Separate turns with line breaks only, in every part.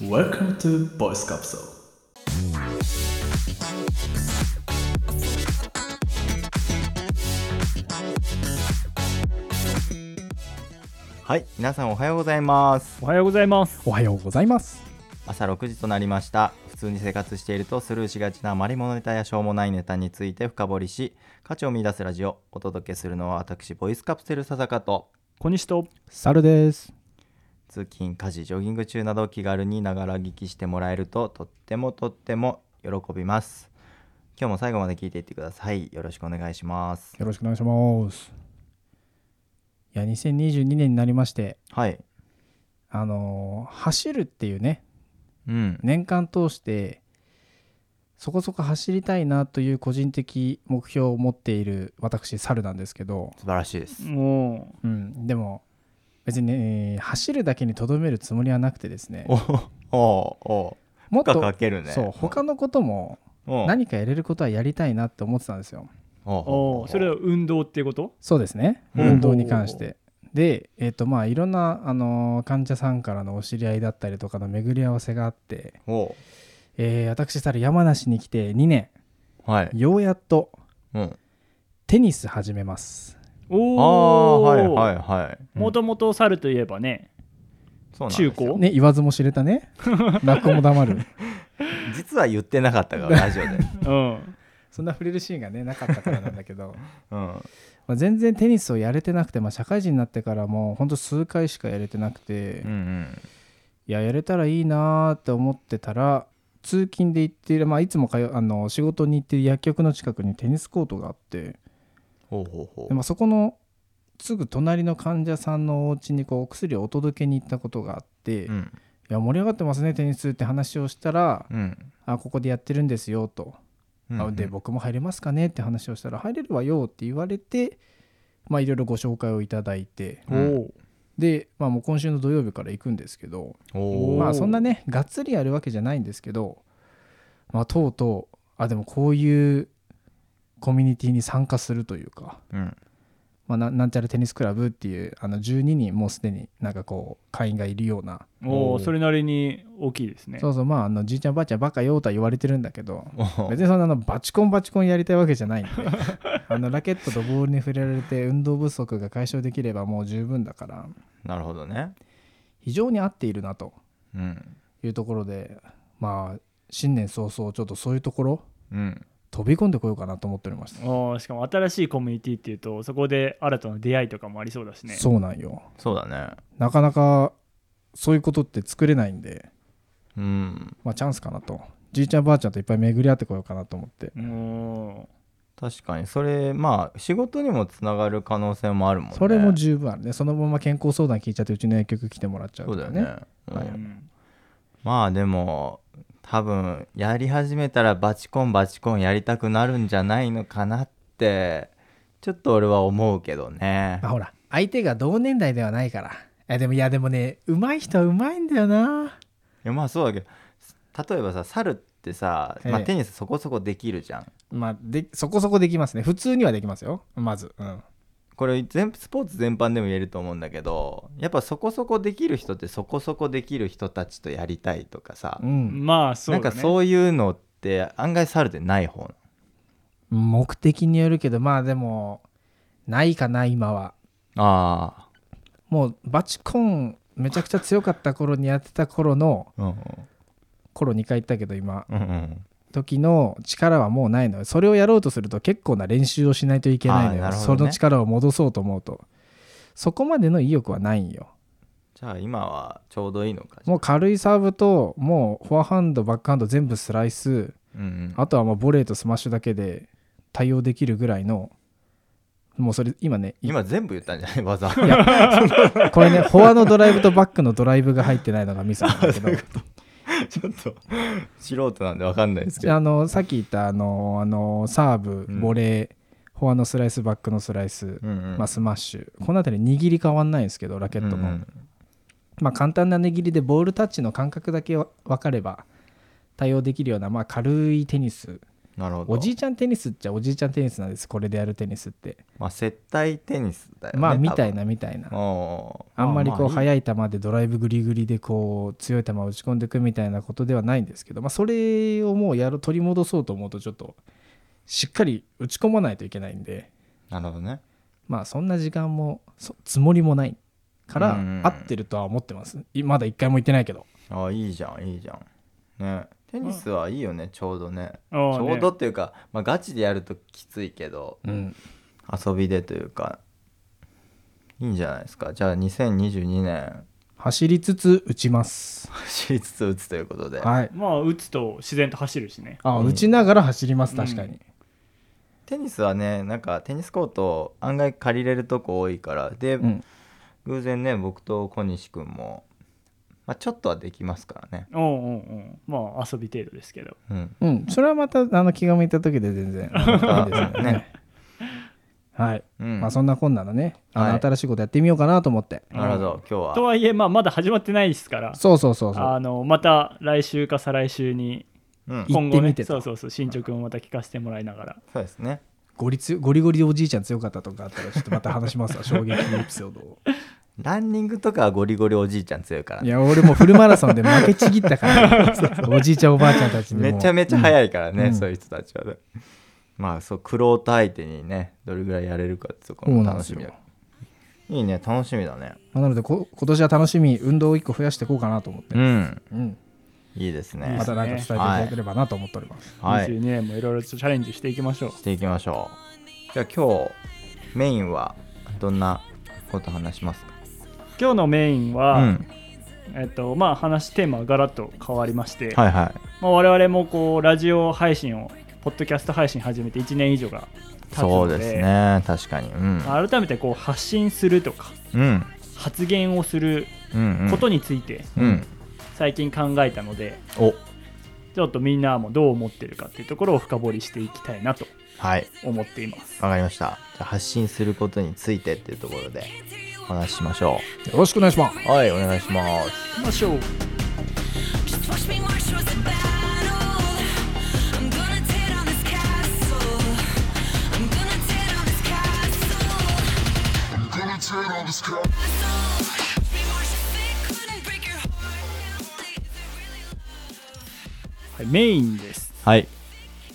Welcome to Voice Capsule.
はい、皆さんおはようございます。
おはようございます。
おはようございます。
朝6時となりました。普通に生活しているとスルーしがちな余り物ネタやしょうもないネタについて深掘りし、価値を見出すラジオ、お届けするのは私、ボイスカプセルささかと、
小西と
サルです。
通勤、家事、ジョギング中など気軽にながら聞きしてもらえると、とってもとっても喜びます。今日も最後まで聞いていってください。よろしくお願いします。
よろしくお願いします。いや、2022年になりまして、
はい。
あのー走るっていうね、
うん。
年間通して、そこそこ走りたいなという個人的目標を持っている私、サルなんですけど、
素晴らしいです。
も
うん、でも、別に、えー走るだけにとどめるつもりはなくてですね、
おおお
もっ
深く、
と
かけるね。
そう、他のことも
お
何かやれることはやりたいなって思ってたんですよ。
お
うおおそれは運動っていうこと
そうですね、
うん
運動に関して。で、えっとまあ、いろんな、あのー患者さんからのお知り合いだったりとかの巡り合わせがあって、
お
えー私、さら山梨に来て2年、
はい。
ようやっと
うん。
テニス始めます。
お
ああはいはい
い
はい。
もともと猿といえばね
そうなんです
中
よ
高
ね、言わずも知れた ね、泣くも黙る。
実は言ってなかったからラジオ で。
うん
そんな触れるシーンが、ね、なかったからなんだけど、
うん。
まあ、全然テニスをやれてなくて、まあ、社会人になってからもうほんと数回しかやれてなくて、
うんうん。
いややれたらいいなーって思ってたら通勤で行っている、まあ、いつも通うあの仕事に行っている薬局の近くにテニスコートがあって
ほうほうほ
で、まあ、そこのすぐ隣の患者さんのお家にこうお薬をお届けに行ったことがあって、
う。う
い
ん
や盛り上がってますねテニスって話をしたら、
うん。
あここでやってるんですよと、
うん
あで僕も入れますかねって話をしたら入れるわよって言われて、まあ、いろいろご紹介をいただいて
お
うん
お
で、まあ、もう今週の土曜日から行くんですけど、
お
ま
ー
あそんなねがっつりやるわけじゃないんですけど、まあ、とうとうあでもこういうコミュニティに参加するというか、
うん。
まあ、ななんちゃらテニスクラブっていうあの12人もうすでになんかこう会員がいるような、
おおそれなりに大きいですね
そうそうまああのじいちゃんばあちゃんバカよとは言われてるんだけど
おー
別にそんなあのバチコンバチコンやりたいわけじゃないんで あのラケットとボールに触れられて運動不足が解消できればもう十分だから
なるほどね。
非常に合っているなと
うん。
いうところでまあ新年早々ちょっとそういうところ
うん。
飛び込んでこようかなと思っておりました、
おーしかも新しいコミュニティっていうとそこで新たな出会いとかもありそうだしね
そうなんよ
そうだね。
なかなかそういうことって作れないんで、
うん。
まあ、チャンスかなとじいちゃんばあちゃんといっぱい巡り合ってこようかなと思って、
おお
確かにそれまあ仕事にもつながる可能性もあるもんね。
それも十分あるねそのまま健康相談聞いちゃってうちの薬局来てもらっちゃう
そ
と
う
か
だよ
ね
ね。うん
ー
は
うん
まあでも多分やり始めたらバチコンバチコンやりたくなるんじゃないのかなってちょっと俺は思うけどね
まあ、。ほら相手が同年代ではないからえでもいやでもね上手い人は上手いんだよない
やまあそうだけど例えばさ猿ってさ、まあ、
ええ
テニスそこそこできるじゃん
まあでそこそこできますね普通にはできますよまず、うん、
これ全スポーツ全般でも言えると思うんだけどやっぱそこそこできる人ってそこそこできる人たちとやりたいとかさ、
うん、
まあそう
なん
だ
か
ね
そういうのって案外猿ってない方
目的によるけどまあでもないかな今は
あ
もうバチコンめちゃくちゃ強かった頃にやってた頃の
あうん
頃2回行ったけど今
うんうん
時の力はもうないのよそれをやろうとすると結構な練習をしないといけないのよ、
あーなるほど
そ
ね
の力を戻そうと思うとそこまでの意欲はないんよ
じゃあ今はちょうどいいのか
もう軽いサーブともうフォアハンドバックハンド全部スライス
うんうん
あとはもうボレーとスマッシュだけで対応できるぐらいのもうそれ今ねい
今全部言ったんじゃない技
い やこれねフォアのドライブとバックのドライブが入ってないのがミスなんだけど
ちょっと素人なんで分かんないですけ
じゃあ
ど
あのさっき言ったあのあのサーブ
うん
ボレー、フォアのスライスバックのスライス、
うんうん
まあ、スマッシュこの辺り握り変わんないんですけどラケットも、
うんうん
まあ、簡単な握りでボールタッチの感覚だけわ分かれば対応できるような、まあ、軽いテニス
なるほど
おじいちゃんテニスっちゃおじいちゃんテニスなんですこれでやるテニスって
まあ接待テニスだよね
まあみたい
な
なみたいな
お
あんまりこう
い
速い球でドライブグリグリでこう強い球を打ち込んでいくみたいなことではないんですけど、まあ、それをもうやる取り戻そうと思うとちょっとしっかり打ち込まないといけないんで
なるほどね
まあそんな時間もそつもりもないから
うん
合ってるとは思ってますいまだ一回も行ってないけど
あいいじゃんいいじゃんねテニスはいいよねちょうどね
ち
ちょうどっていうか、まあ、ガチでやるときついけど
うん
遊びでというかいいんじゃないですかじゃあ2022年
走りつつ打ちます
走りつつ打つということで、
はい
まあ打つと自然と走るしね
あ
うん
打ちながら走ります
うん
確かに
テニスはねなんかテニスコート案外借りれるとこ多いからで、
うん
偶然ね僕と小西君も、まあ、ちょっとはできますからね
うんうんうんまあ遊び程度ですけど
うん
うんそれはまたあの気が向いた時で 全然いいですね
ね、
はい
うん、
まあそんなこんなのねあ
は
の
い
新しいことやってみようかなと思って
なるほど今日
と
は
はいえ、まあ、まだ始まってないですから
そうそうそうそう
あのまた来週か再来週に
うん
い
今後
行って
ね
みてと
そうそうそう進捗をまた聞かせてもらいながら
そうですね
ゴリつよゴリゴリおじいちゃん強かったとかあったらちょっとまた話し ますわ衝撃のエピソードを
ランニングとかはゴリゴリおじいちゃん強いから
いや俺もうフルマラソンで負けちぎったから おじいちゃんおばあちゃんたちにも
めちゃめちゃ速いからね、
うん
そういう人たちはねまあそうクロート相手にねどれぐらいやれるかってとこ
そう
も
なんで
楽し
すよ
みだいいね楽しみだね
まあなのでこ今年は楽しみ運動を1個増やしていこうかなと思って、
うん
うん
いいですね
また何か伝えていただければなと思っております、
はい
22年もいろいろチャレンジしていきましょう
していきましょうじゃあ今日メインはどんなこと話しますか
今日のメイン
う
は、
ん
えっとまあ、話テーマがガラッと変わりまして、
はいは
まあ、我々もこうラジオ配信をポッドキャスト配信始めて1年以上が
い
経つの
そう
で
ですね確かにうん
まあ改めてこう発信するとか
うん
発言をする
うんうん
ことについて
うん
最近考えたので、
お
ちょっとみんなもどう思ってるかっていうところを深掘りしていきたいなと
はい
思っています。
わかりましたじゃあ発信することについてっていうところでお話ししましょ
よろしくお願いします
うはいお願いします
行きましょう
Just watch me march towards the battle. I'm gonna tear down this castle. I'm gonna tear down this castle.
I'm gonna tear down this car.
We march as they couldn't break your heart. Now they- they're really loud.
はい、メインです。
はい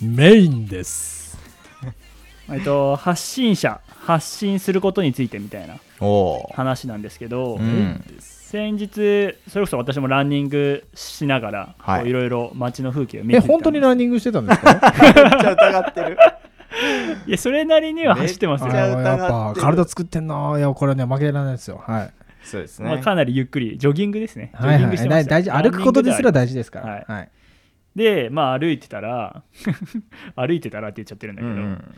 メインです
えっと、発信者発信することについてみたいな
おおー
話なんですけど、
うん
先日それこそ私もランニングしながらこ
はいう
いろいろ街の風景を見て
え
たんです
本当にランニングしてたんですか
めっちゃ疑ってる
いやそれなりには走ってます
あ
よ、
めちゃ
ーやっぱ体作ってんないやこれはね負けられないですよはい
そうですね、
まあ、かなりゆっくりジョギングですねジ
は
ョ
い
ギン
は
グして
い
ま
大
した
大事歩くことですら
ランニングでは
大事ですから
はい
はい
でまあ歩いてたら 歩いてたらって言っちゃってるんだ
う
け
ん
ど、
うん、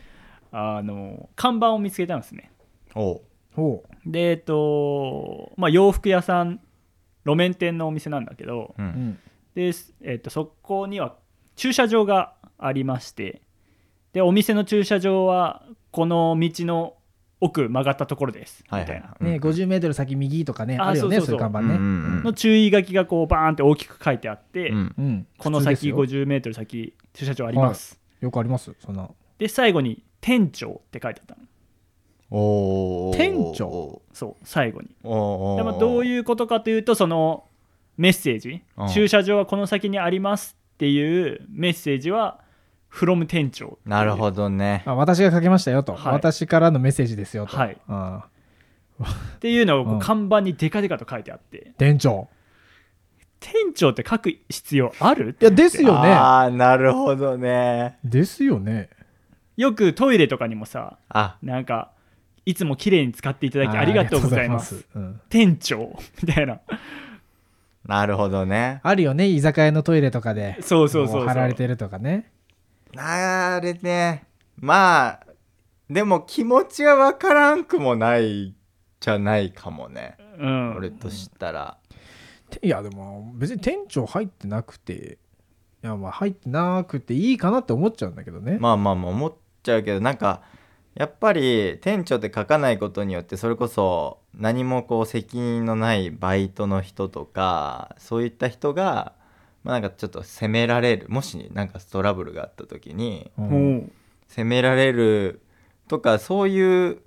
あの看板を見つけたんですね
おう
ほ
でえっとまあ洋服屋さん路面店のお店なんだけど
う
ううんん
で、えっとそこには駐車場がありましてでお店の駐車場はこの道の奥曲がったところですみ
はい
た
はいい
な
ね、50メートル先右とかね、
あ
あるよね、
そうそ
そ
うう
いう
そう
看板
うんう
ね。
んう
の
ん
注意書きがこうバーンって大きく書いてあって、
うん
うん
この先
普通ですよ
50メートル先駐車場あります、
よくあります、そんな。
で最後に「店長」って書いてあったの
おー
店長
そう最後に
おーお
でまあどう
う
いうことかというとそのメッセージ
うん
駐車場はこの先にありますっていうメッセージは「from 店長」
なるほどね
あ私がかけましたよと、
はい
私からのメッセージですよと。
はい
ああ
っていうのをこう
うん
看板にデカデカと書いてあって
店長。
「店長」って書く必要あるっ
い
て
や、ですよね。
ああなるほどね
ですよね。
よくトイレとかにもさ
あ
なんか「いつも綺麗に使っていただきありがとうございます」
ありがとうございます。うん
店長 みたいな
なるほどね
あるよね、居酒屋のトイレとかで。
そうそうそうそう
こ貼られてるとかね。
なるねまあでも気持ちは分からんくもないじゃないかもね
うん
俺としたら
ていや、でも、別に店長入ってなくて、いや、まあ、入ってなくていいかなって思っちゃうんだけどね。
まあまあまあ思っちゃうけどなんかやっぱり店長って書かないことによってそれこそ何もこう責任のないバイトの人とかそういった人がまあ、なんかちょっと責められるもしなんかトラブルがあった時に
う
お
ん
う
責められるとかそういう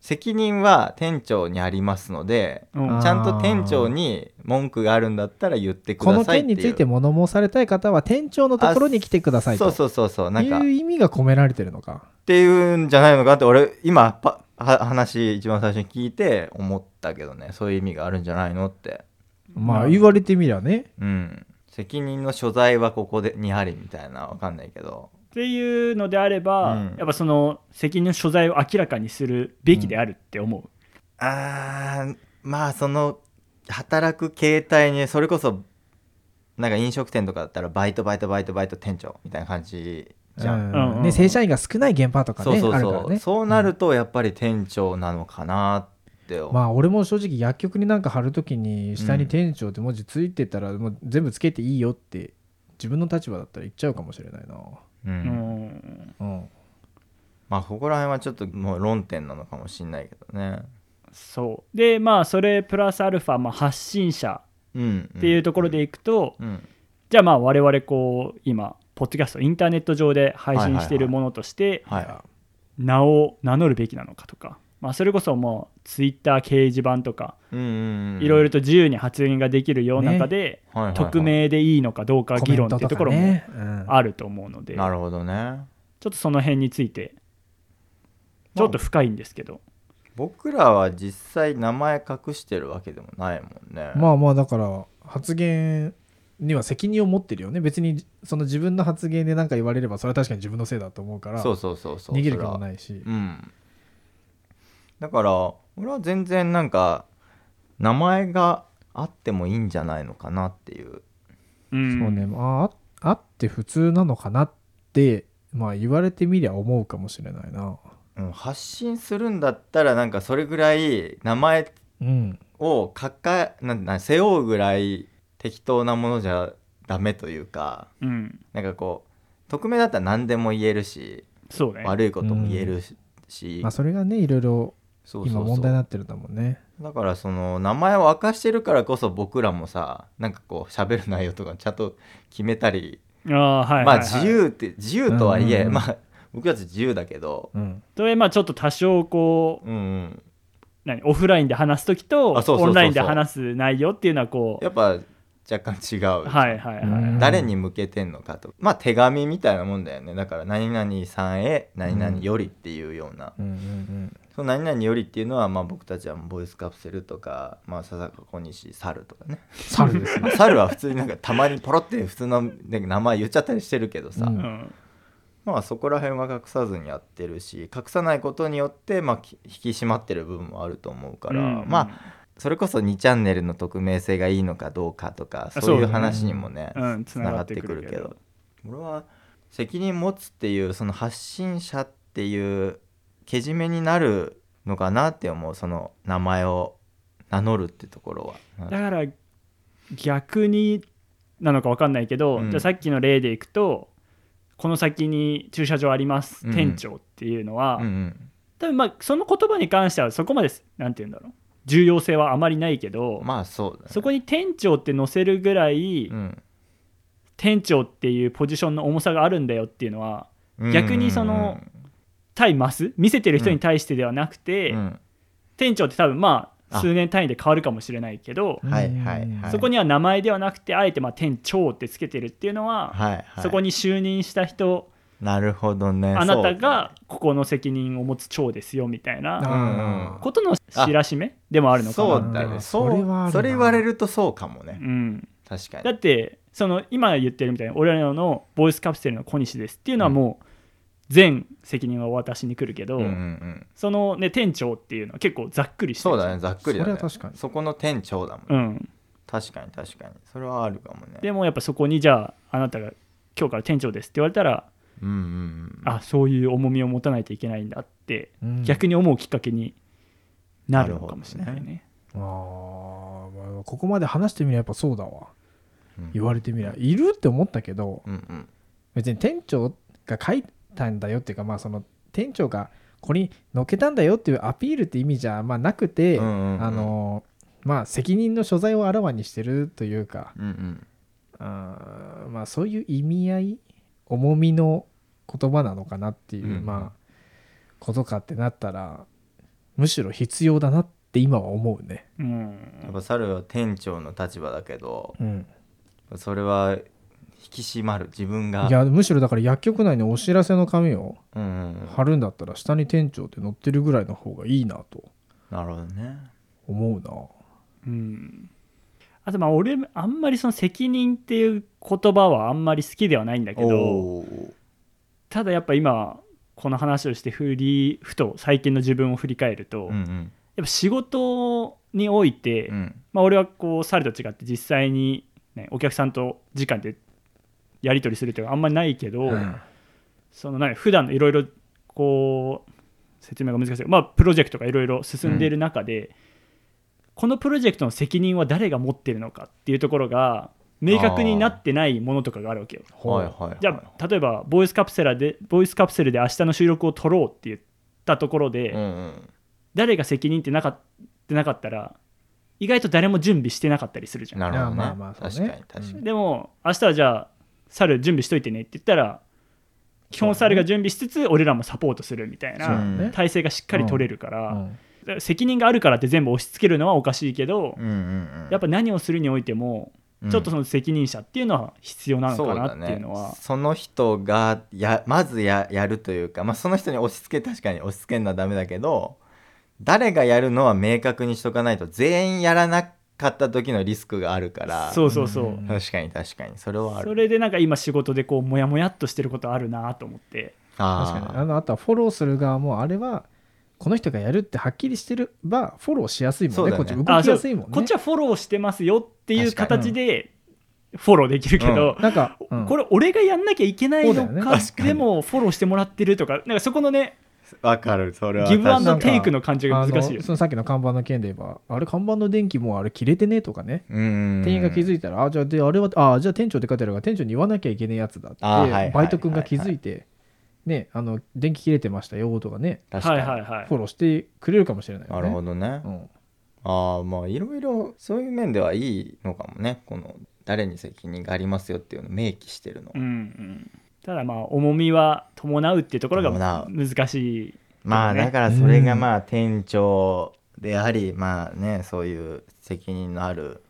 責任は店長にありますので
おう
あー
ちゃんと店長に文句があるんだったら言ってく
こ
だ
の
さいっ
件
てい
に
う
ついて物申されたい方は店長のところに来てください
そ
と
うそうそうそうなんか
いう
っ
意味が込められてるのか。
ていうんじゃないのかって俺今パは話一番最初に聞いて思ったけどねそういう意味があるんじゃないのって
まあ言われてみりゃね。
うん責任の所在はここでにありみたいなわかんないけど
っていうのであれば、
うん
やっぱその責任の所在を明らかにするべきであるって思う、
あーまあその働く形態にそれこそなんか飲食店とかだったらバイトバイトバイトバイト店長みたいな感じじゃん、
うんうん
ね正社員が少ない現場とか
そう
ね
そう
ある
そ
から
う、
ね。
そうなるとやっぱり店長なのかなって思う、
まあ俺も正直薬局になんか貼るときに下に店長って文字ついてたらもう全部つけていいよって自分の立場だったら言っちゃうかもしれないな。
うん
うん
うん、
まあここら辺はちょっともう論点なのかもしれないけどね
そうでまあそれプラスアルファ、まあ、発信者
うん
っていうところでいくと、
うん
じゃあまあ我々こう今ポッドキャストインターネット上で配信
はいは
してい
いはい
るものとして
はい
名を名乗るべきなのかとか、まあ、それこそもうツイッター掲示板とか
うんうんうん
いろいろと自由に発言ができる世の中で、
はいはいはい
匿名でいいのかどうか
コ
議
メ
論
ン
ってい
ト
うと
と
こ
か
ろも
ね。うん
あると思うので、
なるほどね
ちょっとその辺についてちょっと深いんですけど、
僕らは実際名前隠してるわけでもないもんね
まあまあだから発言には責任を持ってるよね別にその自分の発言で何か言われればそれは確かに自分のせいだと思うから
そうそうそうそう
逃げるかも
い
ないし
うんだから俺は全然なんか名前があってもいいんじゃないのかなっていう
うん
そうねまあああって普通なのかなってまあ言われてみりゃ思うかもしれないな
うん発信するんだったらなんかそれぐらい名前
うん
を抱えなんなん背負うぐらい適当なものじゃダメというか
うん
なんかこう匿名だったら何でも言えるし
そうね
悪いことも言えるし、
まあそれがねいろいろ
そうそうそ
今
う
問題になってるんだもんね
だからその名前を明かしてるからこそ僕らもさなんかこう喋る内容とかちゃんと決めたり、
ああはいはい、はい、
まあ自由って自由とはいえ、
うんうんうん
まあ僕たち自由だけど、
うん
とはいえまあちょっと多少こう
うんうん、
何オフラインで話す時と
あそうそうそうそう
オンラインで話す内容っていうのはこう
やっぱ若干違う、
はいはいはい、
うん
誰に向けてんのかとまあ手紙みたいなもんだよねだから何々さんへ何々よりっていうような、
うんうんうん
その何々よりっていうのはまあ僕たちはボイスカプセルとか、まあ、笹川小西猿とかね
猿ですよ
まあ猿は普通になんかたまにポロって普通のね名前言っちゃったりしてるけどさ、
う
うん
まあそこら辺は隠さずにやってるし隠さないことによってまあき引き締まってる部分もあると思うから、
うん
まあそれこそ2チャンネルの匿名性がいいのかどうかとかそう
あ
い
そううね
話にもね
うん
つながってくるけど俺は責任持つっていうその発信者っていうけじめになるのかなって思うその名前を名乗るってところは。
だから逆になのか分かんないけど、
うん
じゃあさっきの例でいくとこの先に駐車場あります、
うん
店長っていうのは、
うんうん
多分まあその言葉に関してはそこまでなんて言うんだろう重要性はあまりないけど、
まあそうだね。
そこに店長って載せるぐらい、
うん
店長っていうポジションの重さがあるんだよっていうのは逆にその対マス見せてる人に対してではなくて、
うん
店長って多分まあ
あ
数年単位で変わるかもしれないけど、
はいはいはい
そこには名前ではなくてあえてまあ店長ってつけてるっていうのは、
はいはい、
そこに就任した人、
なるほどね
あなたがここの責任を持つ長ですよみたいな
あー
ことの知らしめでもあるのか
そ
な
うだね
そ
そう
れ
れ
はあるな
それ言われるとそうかもね、
うん、
確か
だ
に
ってその今言ってるみたいに俺らのボイスカプセルの小西ですっていうのはもう全責任は私に来るけど、
うんうんうん
その、ね、店長っていうのは結構ざっくりして
そ
る
う
じゃん
だねざっくりだね
それは確かに
そこの店長だもん、
うん、
確かに確かにそれはあるかもね
でもやっぱそこにじゃああなたが今日から店長ですって言われたら、
うんうんうん
あそういう重みを持たないといけないんだって、
うん
逆に思うきっかけになるのかもしれないね
なるほ
あーまあここまで話してみればやっぱそうだわ
うん
言われてみりゃいるって思ったけど
うんうん
別に店長が書いたんだよっていうかまあその店長がここに乗っけたんだよっていうアピールって意味じゃまあなくて、
うんうんうん
あのまあ責任の所在をあらわにしてるというか
うんうん
あーまあそういう意味合い重みの言葉なのかなっていう、
うん
まあことかってなったらむしろ必要だなって今は思うね。
うん
やっぱ猿は店長の立場だけど
うん、
それは引き締まる自分が
いやむしろだから薬局内にお知らせの紙を
うんうんうん
貼るんだったら下に店長って載ってるぐらいの方がいいなと
なるほどね
思う
うんあとまあ俺あんまりその責任っていう言葉はあんまり好きではないんだけど
おー
ただやっぱ今この話をして振りふと最近の自分を振り返ると、
うんうん
やっぱ仕事において、
うん
まあ、俺はこう猿と違って実際に、ね、お客さんと時間でやり取りするというのはあんまりないけど、
な。
そのなんか普段のいろいろこう説明が難しいけど、まあ、プロジェクトがいろいろ進んでいる中で、このプロジェクトの責任は誰が持ってるのかっていうところが明確になってないものとかがあるわけよ。
はいはいはい
じゃあ例えばボイスカプセルでボイスカプセルで明日の収録を撮ろうって言ったところで、
うんうん
誰が責任ってなかってなかったら意外と誰も準備してなかったりするじゃん。
なるほどね
まあまあそうね
確かに確かに
でも明日はじゃあ猿準備しといてねって言ったら基本猿が準備しつつ俺らもサポートするみたい
そうだ
な
ね
体制がしっかり取れるから
う
だ
ん
から責任があるからって全部押し付けるのはおかしいけど
うんうんうん
やっぱ何をするにおいても
うん
ちょっとその責任者っていうのは必要なのかなっていうの
そ
は
ね、その人がやまずややるというか、まあ、その人に押し付け確かに押し付けるのはダメだけど誰がやるのは明確にしとかないと全員やらなかった時のリスクがあるから
そうそうそううん
確かに確かにそれはある
それでなんか今仕事でこうモヤモヤっとしてることあるなと思って
あー
確かにあのあとはフォローする側もあれはこの人がやるってはっきりしてればフォローしやすいも
そうん
ね
だ
こ
ね
っち動
あ
き
そう
やすいもんね。
こっちはフォローしてますよっていう
確か
形でフォローできるけど
なんか、うん
これ俺がやんなきゃいけない
そうだ
の
よね
か
確かに
でもフォローしてもらってるとかなんかそこのね
わかるそれは
ギブア
確
ン
か
ド
に
テイクの感じが難しい
あ
よ
のそのさっきの看板の件で言えばあれ看板の電気もうあれ切れてねとかね、
うん
店員が気づいたらあじゃあであれはあじゃあ店長って書いてあるから店長に言わなきゃいけないやつだって
あはいはい
バイト君が気づいて、ねあの電気切れてましたよとかね
確か
は
に
いはいはい
フォローしてくれるかもしれないよ
な
ね
るほどね、
うん
ああまあいろいろそういう面ではいいのかもねこの誰に責任がありますよっていうのを明記してるの、
うんうんただまあ重みは伴うっていうところ
伴
が難しい
まあ
ね
だからそれが
うん
まあ店長であり、まあねそういう責任のある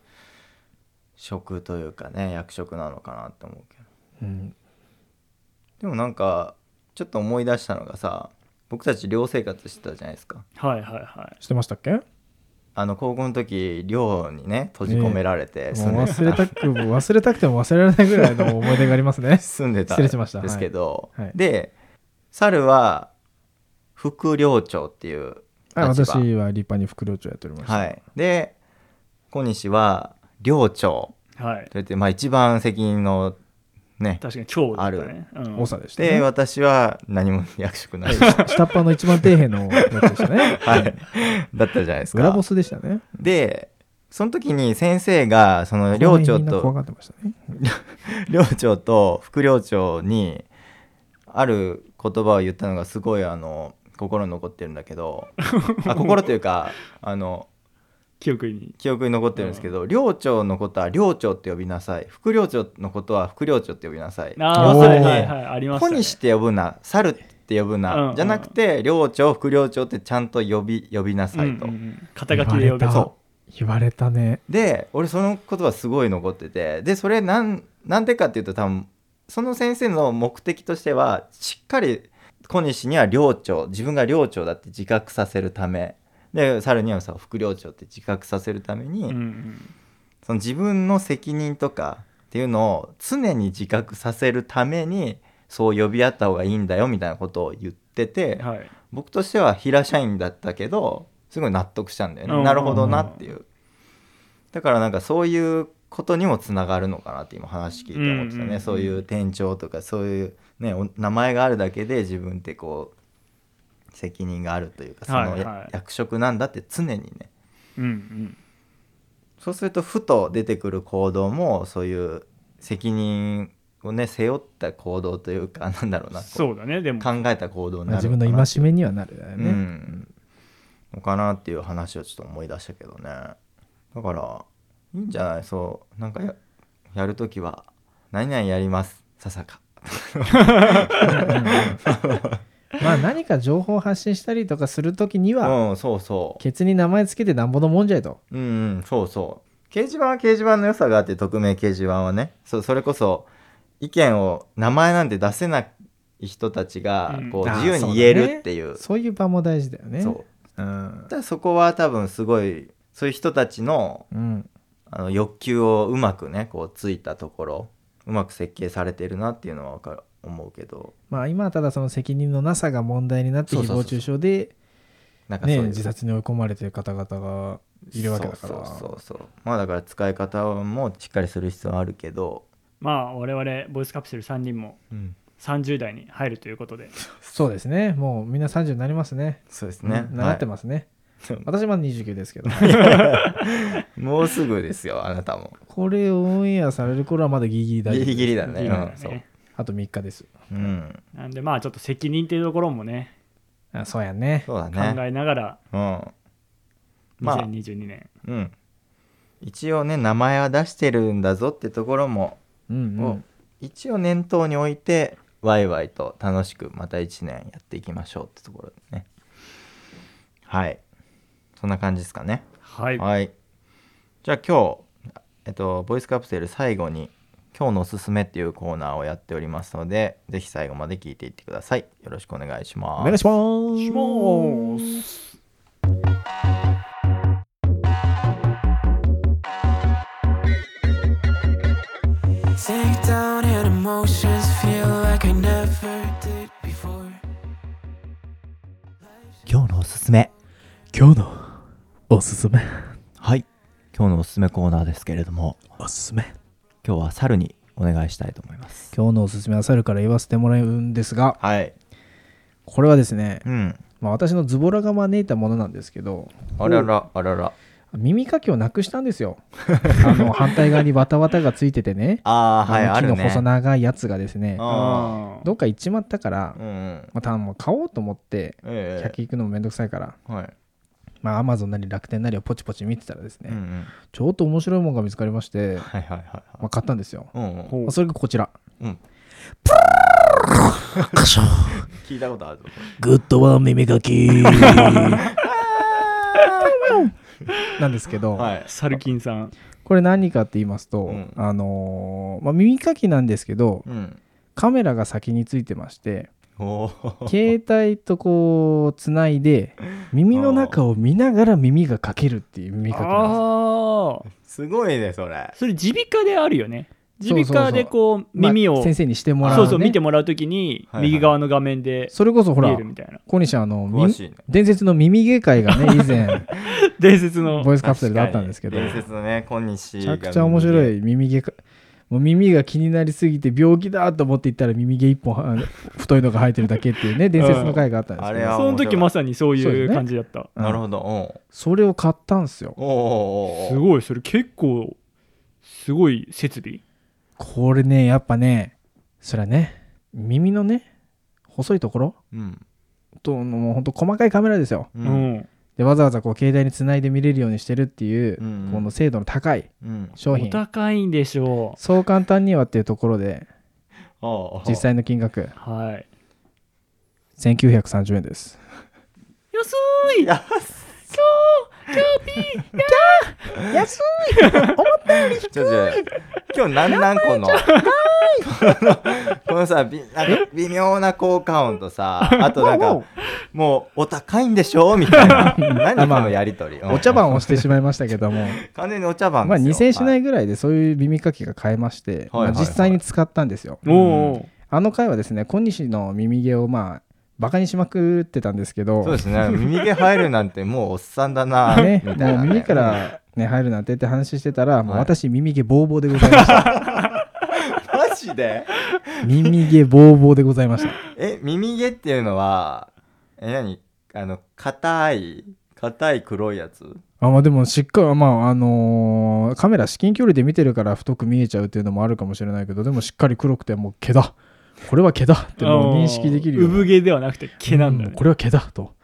職というかね役職なのかなって思うけど
うん
でもなんかちょっと思い出したのがさ僕たち寮生活してたじゃないですか
はいはいはい
してましたっけ
あの高校の時寮にね閉じ込められて住ん
もう
で
忘れたくも忘れたくても忘れられないぐらいの思い出がありますね
住んでた
失礼しました
ですけど、
はいはい
で猿は副寮長っていう
はい
立場
私は立派に副寮長やっておりました、
はいで小西は寮長
はい
といって、まあ、一番責任のね
確かに超だったねうん
多さでした、
で
ね、
私は何も役職ない、
下っ端の一番底辺のやつでした ね
はい、だったじゃないです
裏ボ
か
スでしたね
でその時に先生がその
こ
寮
の辺
長
みんな
と
怖がってましたね
寮長と副寮長にある言葉を言ったのがすごいあの心に残ってるんだけどあ心というか あの
記憶に
記憶に残ってるんですけど、寮長のことは寮長って呼びなさい副寮長のことは副寮長って呼びなさい
ああ
おー
はいはいはいありまし
小
たね
西って呼ぶな猿って呼ぶな、
うん
じゃなくて寮長副寮長ってちゃんと呼び呼びなさいと、
うんうんうん肩書きで呼べ
言われた
そ
言われたね
で俺その言葉すごい残っててでそれなんなんでかっていうと多分その先生の目的としてはしっかり小西には寮長自分が寮長だって自覚させるためで猿にはさ副寮長って自覚させるために、
ううんうん
その自分の責任とかっていうのを常に自覚させるためにそう呼び合った方がいいんだよみたいなことを言ってて、
はい
僕としては平社員だったけどすごい納得したんだよね、
うん
なるほどなっていうだからなんかそういうことにもつながるのかなって今話聞いて思ってたね、
うんうんうん
そういう店長とかそういう、ね、お名前があるだけで自分ってこう責任があるというかそのや、
はいはい
役職なんだって常にね
うんうん
そうするとふと出てくる行動もそういう責任をね背負った行動というかなんだろうなこう
そうだねでも
考えた行動に
ま
な
あ
る
自
の
分
か
の
な
戒めにはなるよね、
うん、のかなっていう話をちょっと思い出したけどねだからいいんじゃないそうなんかややるときは「何々やりますささか
まあ何か情報を発信したりとかするときに」は、
うんそうそ
ケツに名前つけてなんぼのもんじゃいと。
ううんうんそうそう掲示板は掲示板の良さがあって匿名掲示板はねそそれこそ意見を名前なんて出せない人たちが
うん
こう
あー
自由に言えるっていう,、
そういう場も大事だよね。
そう
うん
だ。からそこは多分すごいそういう人たちの
うん。
あの欲求をうまくねこうついたところうまく設計されてるなっていうのはわかる思うけど
まあ今はただその責任のなさが問題になって
そう
誹
そうそう
謗中傷で
なんかそうい
ね
う
自殺に追い込まれてる方々がいるわけだから。
そうそうそうそうまあだから使い方もしっかりする必要はあるけど、
まあ我々ボイスカプセル3人も30代に入るということで
そうですね。もうみんな30になりますね。
そうですね、
うん習って
は
ますね。私まだ29ですけど。
い もうすぐですよあなたも
これオンエアされる頃はまだギリギリ大丈夫
ギ
です
リギリだね
いい
うん
です
そ
ね
う、
あと3日です。
うん、
なんでまあちょっと責任っていうところもね
あそうやね。
そうだ
考
ね
えながら
うんまあ
2022年、
うん一応ね名前は出してるんだぞってところも
うんう
を
ん。
一応念頭に置いてワイワイと楽しくまた1年やっていきましょうってところですねはいそんな感じですかね
はい、
はいじゃあ今日えっとボイスカプセル最後に「今日のおすすめ」っていうコーナーをやっておりますのでぜひ最後まで聞いていってくださいよろしくお願いします
お願いします。
Take down and emotions feel like I never did before.
今日のおすすめ
今日のおすすめ。
はい今日のおすすめコーナーですけれども
おすすめ。
今日は猿にお願いしたいと思います
今日のおすすめは猿から言わせてもらうんですが、
はい
これはですね、
うん
まあ、私のズボラが招いたものなんですけど、
あららあらら
耳かきをなくしたんで すよ。あの反対側にバタバタがついててね、
ああはいあ
あの
る
木の
ね
細長いやつがですね、
あ
どっか行っちまったから
あ、うんうん
まあ、たもう買おうと思って、
え
100行くのもめんどくさいから、
えはい
まあ、アマゾンなり楽天なりをポチポチ見てたらですね、
うんうん
ちょっと面白いものが見つかりまして、
はいはいはいはい
まあ、買ったんですよ。
うんうん
ほう
まあそれがこち ら。
うん聞いたことあるぞこれ
グッドワン耳かきなんですけど、
はい
サルキンさん
これ何かって言いますと、
うん
あのーまあ、耳かきなんですけど
うん
カメラが先についてまして
おー
携帯とこうつないで耳の中を見ながら耳がかけるっていう耳かきなんです
ああ
すごいねそれ
それ耳鼻科であるよね
そうそう
耳
そう
鼻科でこう耳を、
まあ先生にしてもらう、ね、
そうそう見てもらうときに
はいはい
右側の画面で
それこそほ
見え
ら
るみたいな、
小西あのみ
詳しいね
伝説の耳外科医がね以前
伝説の
ボイスカプセルだったんですけど
確かに
め
伝説のね今日
ちゃくちゃ面白い耳外科もう耳が気になりすぎて病気だと思って行ったら耳毛一本あの太いのが生えてるだけっていうね伝説の回があったんですけど、
あれは
その時まさにそう
そう
い
よ
う
ね
感じだった、
うん
なるほどうん
それを買ったんですよ
おお
すごいそれ結構すごい設備
これねやっぱねそれはね耳のね細いところ
うん
とのもうほんと細かいカメラですよ
う
うんん、
でわざわざこう携帯につないで見れるようにしてるっていう、
うんうん
この精度の高い
うん
商
お
品
高いんでしょう
そう簡単にはっていうところで
おー
実際の金額
はい
1930円です
安い
安
安い
ちょちょ今日なんなんこのこのさびなんか微妙な効果音とさあとなんかもうお高いんでしょみたいな何このやりとり、うん
お茶番をしてしまいましたけ ども
完全にお茶番
まあ
ですよ
2000円しないいぐらいでそういう耳かきが買えまして、
はいはいはい
まあ実際に使ったんですよ
おう
あの回はですね小西の耳毛をまあバカにしまくってたんですけど
そうですね耳毛入るなんてもうおっさんだな
ね、
みたい
もう
なね
耳から、ね、入るなんてって話してたら、もう
はい
私耳毛ボーボーでございました
マジで
耳毛ボーボーでございました
え耳毛っていうのはえ何あの硬い硬い黒いやつ
あまあでもしっかりまああのーカメラ至近距離で見てるから太く見えちゃうっていうのもあるかもしれないけどでもしっかり黒くてもう毛だこれは毛だってもう認識できるような
産毛ではなくて毛なんだね
うこれは毛だと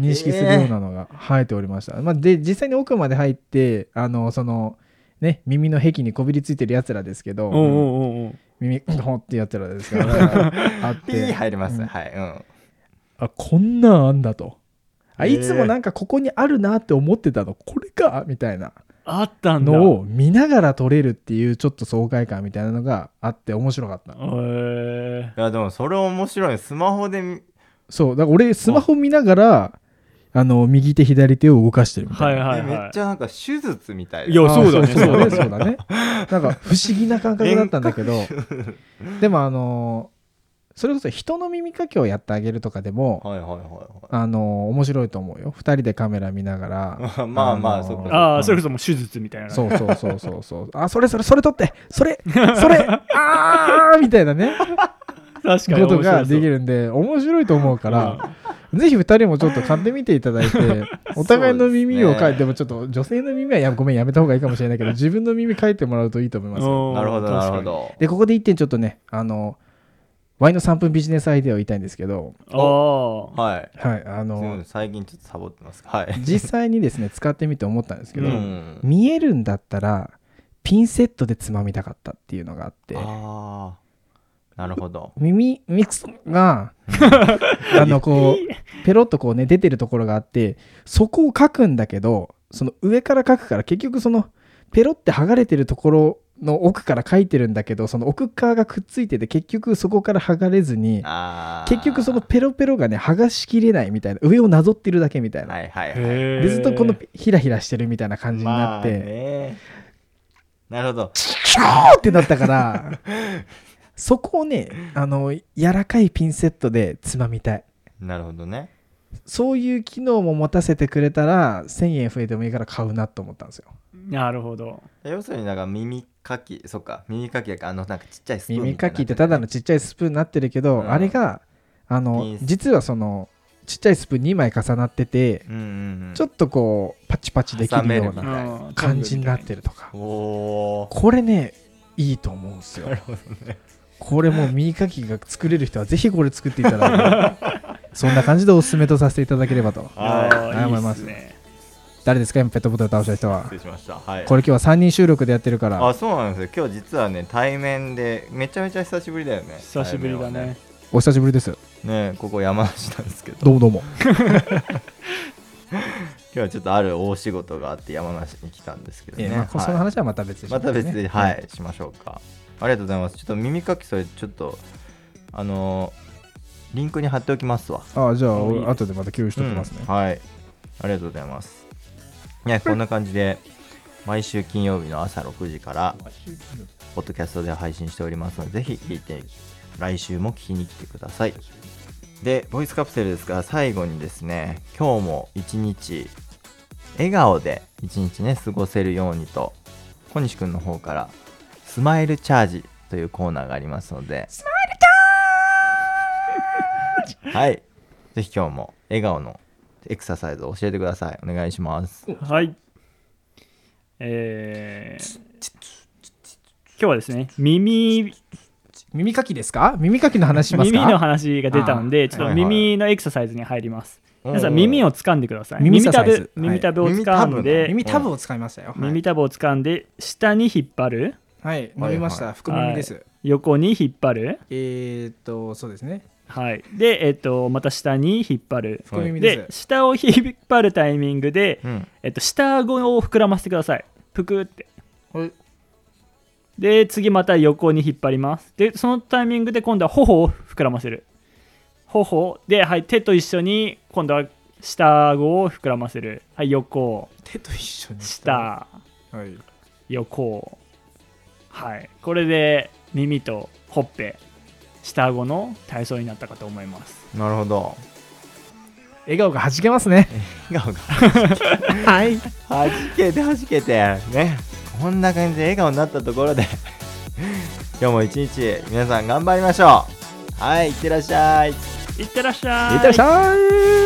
認識するようなのが生えておりました、まあ、で実際に奥まで入ってあのその、ね、耳の壁にこびりついてるやつらですけど、
おうおうおうおう
耳 ほってやつらですからあっ
ピー
て
入ります、
う ん
はい、うん、
あこんなんあんだとあ
へえ
いつもなんかここにあるなって思ってたのこれかみたいな
あったんだ
のを見ながら撮れるっていうちょっと爽快感みたいなのがあって面白かった
え
いやでもそれ面白いスマホで見
そうだから俺スマホ見ながらあの右手左手を動かしてるみた
はいい
な、
はい
め
は
っ
い
ちゃなんか手術みたいない
やそうだね
あそうだ
そうだ
ねそうだねなんか不思議な感覚だったんだ けどでもあのそれこそ人の耳かきをやってあげるとかでも、
はいはいはい
あの面白いと思うよ2人でカメラ見ながら
はい まあま
あ
あ
のー
そうか
ああそれこそもう手術みたいな
そうそうそうそうそうあそれそれそれ撮ってそ れそれあーみたいなね
確かに
ことができ
る
るんで面白いと思うから、ぜひ2人もちょっと買ってみていただいて お互いの耳を
そうです
描い
ね
て、でもちょっと女性の耳はやごめんやめた方がいいかもしれないけど自分の耳描いてもらうといいと思いますよ
なるほどなるほど
でここで1点ちょっとねあのワイの3分ビジネスアイデアを言いたいんですけど、
どああ
はい
はい、あ
すいま
の
せん最近ちょっとサボってますはい
実際にですね使ってみて思ったんですけど、
うん
見えるんだったらピンセットでつまみたかったっていうのがあって
ああなるほど
耳ミックスが あのこうペロッとこうね出てるところがあってそこを書くんだけどその上から書くから結局そのペロって剥がれてるところの奥から書いてるんだけどその奥側がくっついてて結局そこから剥がれずに
あー
結局そのペロペロがね剥がしきれないみたいな上をなぞってるだけみたいな、
はいはいはい
へ
でずっとこのヒラヒラしてるみたいな感じになって、
まあねなるほど
ってなったから そこをねあの柔らかいピンセットでつまみたい
なるほどね
そういう機能も持たせてくれたら1000円増えてもいいから買うなと思ったんですよ
なるほど
要するになんか耳かきそっか耳かきだからあのなんかちっちゃいスプーン
耳
みたい
か
な
きってただのちっちゃいスプーンになってるけど、
うん
あれがあ
ピ
の
ンス
実はそのちっちゃいスプーン2枚重なってて、
うんうんうん
ちょっとこうパチパチできるよ
挟
う
めるみた
な
な
うん
感じになってるとか
おお
これねいいと思うんです よこれもう耳かきが作れる人はぜひこれ作っていただい てそんな感じでおすすめとさせていただければと
あ
はい
あいい
思
で
いますす
ね
誰ですか今ペットボトル倒した人は
失礼しましたはい
これ今日は3人収録でやってるから
あそうなんですよ今日実はね対面でめちゃめちゃ久しぶりだよね
久しぶりだね
お久しぶりです
対面はねねここ山梨なんですけど
どうもどうも
今日はちょっとある大仕事があって山梨に来たんですけど
え
ね
えまあこ
はい
その話はまた別でしょ
ま
うね
た別ではい、しましょうかありがとうございますちょっと耳かきそれちょっとあのーリンクに貼っておきますわ
ああじゃあ
いいです
後でまた共有しときますね
うんはいありがとうございますねこんな感じで毎週金曜日の朝6時からポッドキャストで配信しておりますのでぜひ聞いて来週も聞きに来てくださいでボイスカプセルですが最後にですね今日も一日笑顔で一日ね過ごせるようにと小西くんの方からスマイルチャージというコーナーがありますのでスマイルチャージはいぜひ今日も笑顔のエクササイズを教えてください。お願いします。
はいえー今日はですね耳
耳かきですか耳かきの話します
耳
か
の話が出たんでちょっ
は
と
いはい
耳のエクササイズに入ります皆さん
うん
耳を掴んでください
耳
耳
サ
た
サイズ
ぶ耳たぶを掴ん
はい
で
耳タブを使いましたよはい
耳たぶを掴んで下に引っ張る
はい飲みました
はい
福耳です
横に引っ張る
えーっとそうですね
はいでえっとまた下に引っ張る
福耳
で
です
下を引っ張るタイミングで
うん。
えっと、下顎を膨らませてください。ぷくって。
はい
で、次また横に引っ張ります。で、そのタイミングで今度は頬を膨らませる。頬。で、はい、手と一緒に今度は下顎を膨らませる。はい、横。
手と一緒に
下。
はい
横。はい。これで耳とほっぺ、下顎の体操になったかと思います。
なるほど。
笑顔がはじけますね
笑顔が
はい
はじけてはじけて。ね。こんな感じで笑顔になったとこ ろで今日も一日皆さん頑張りましょう。はい、いってらっしゃい。
いってらっしゃい。
いってらっしゃい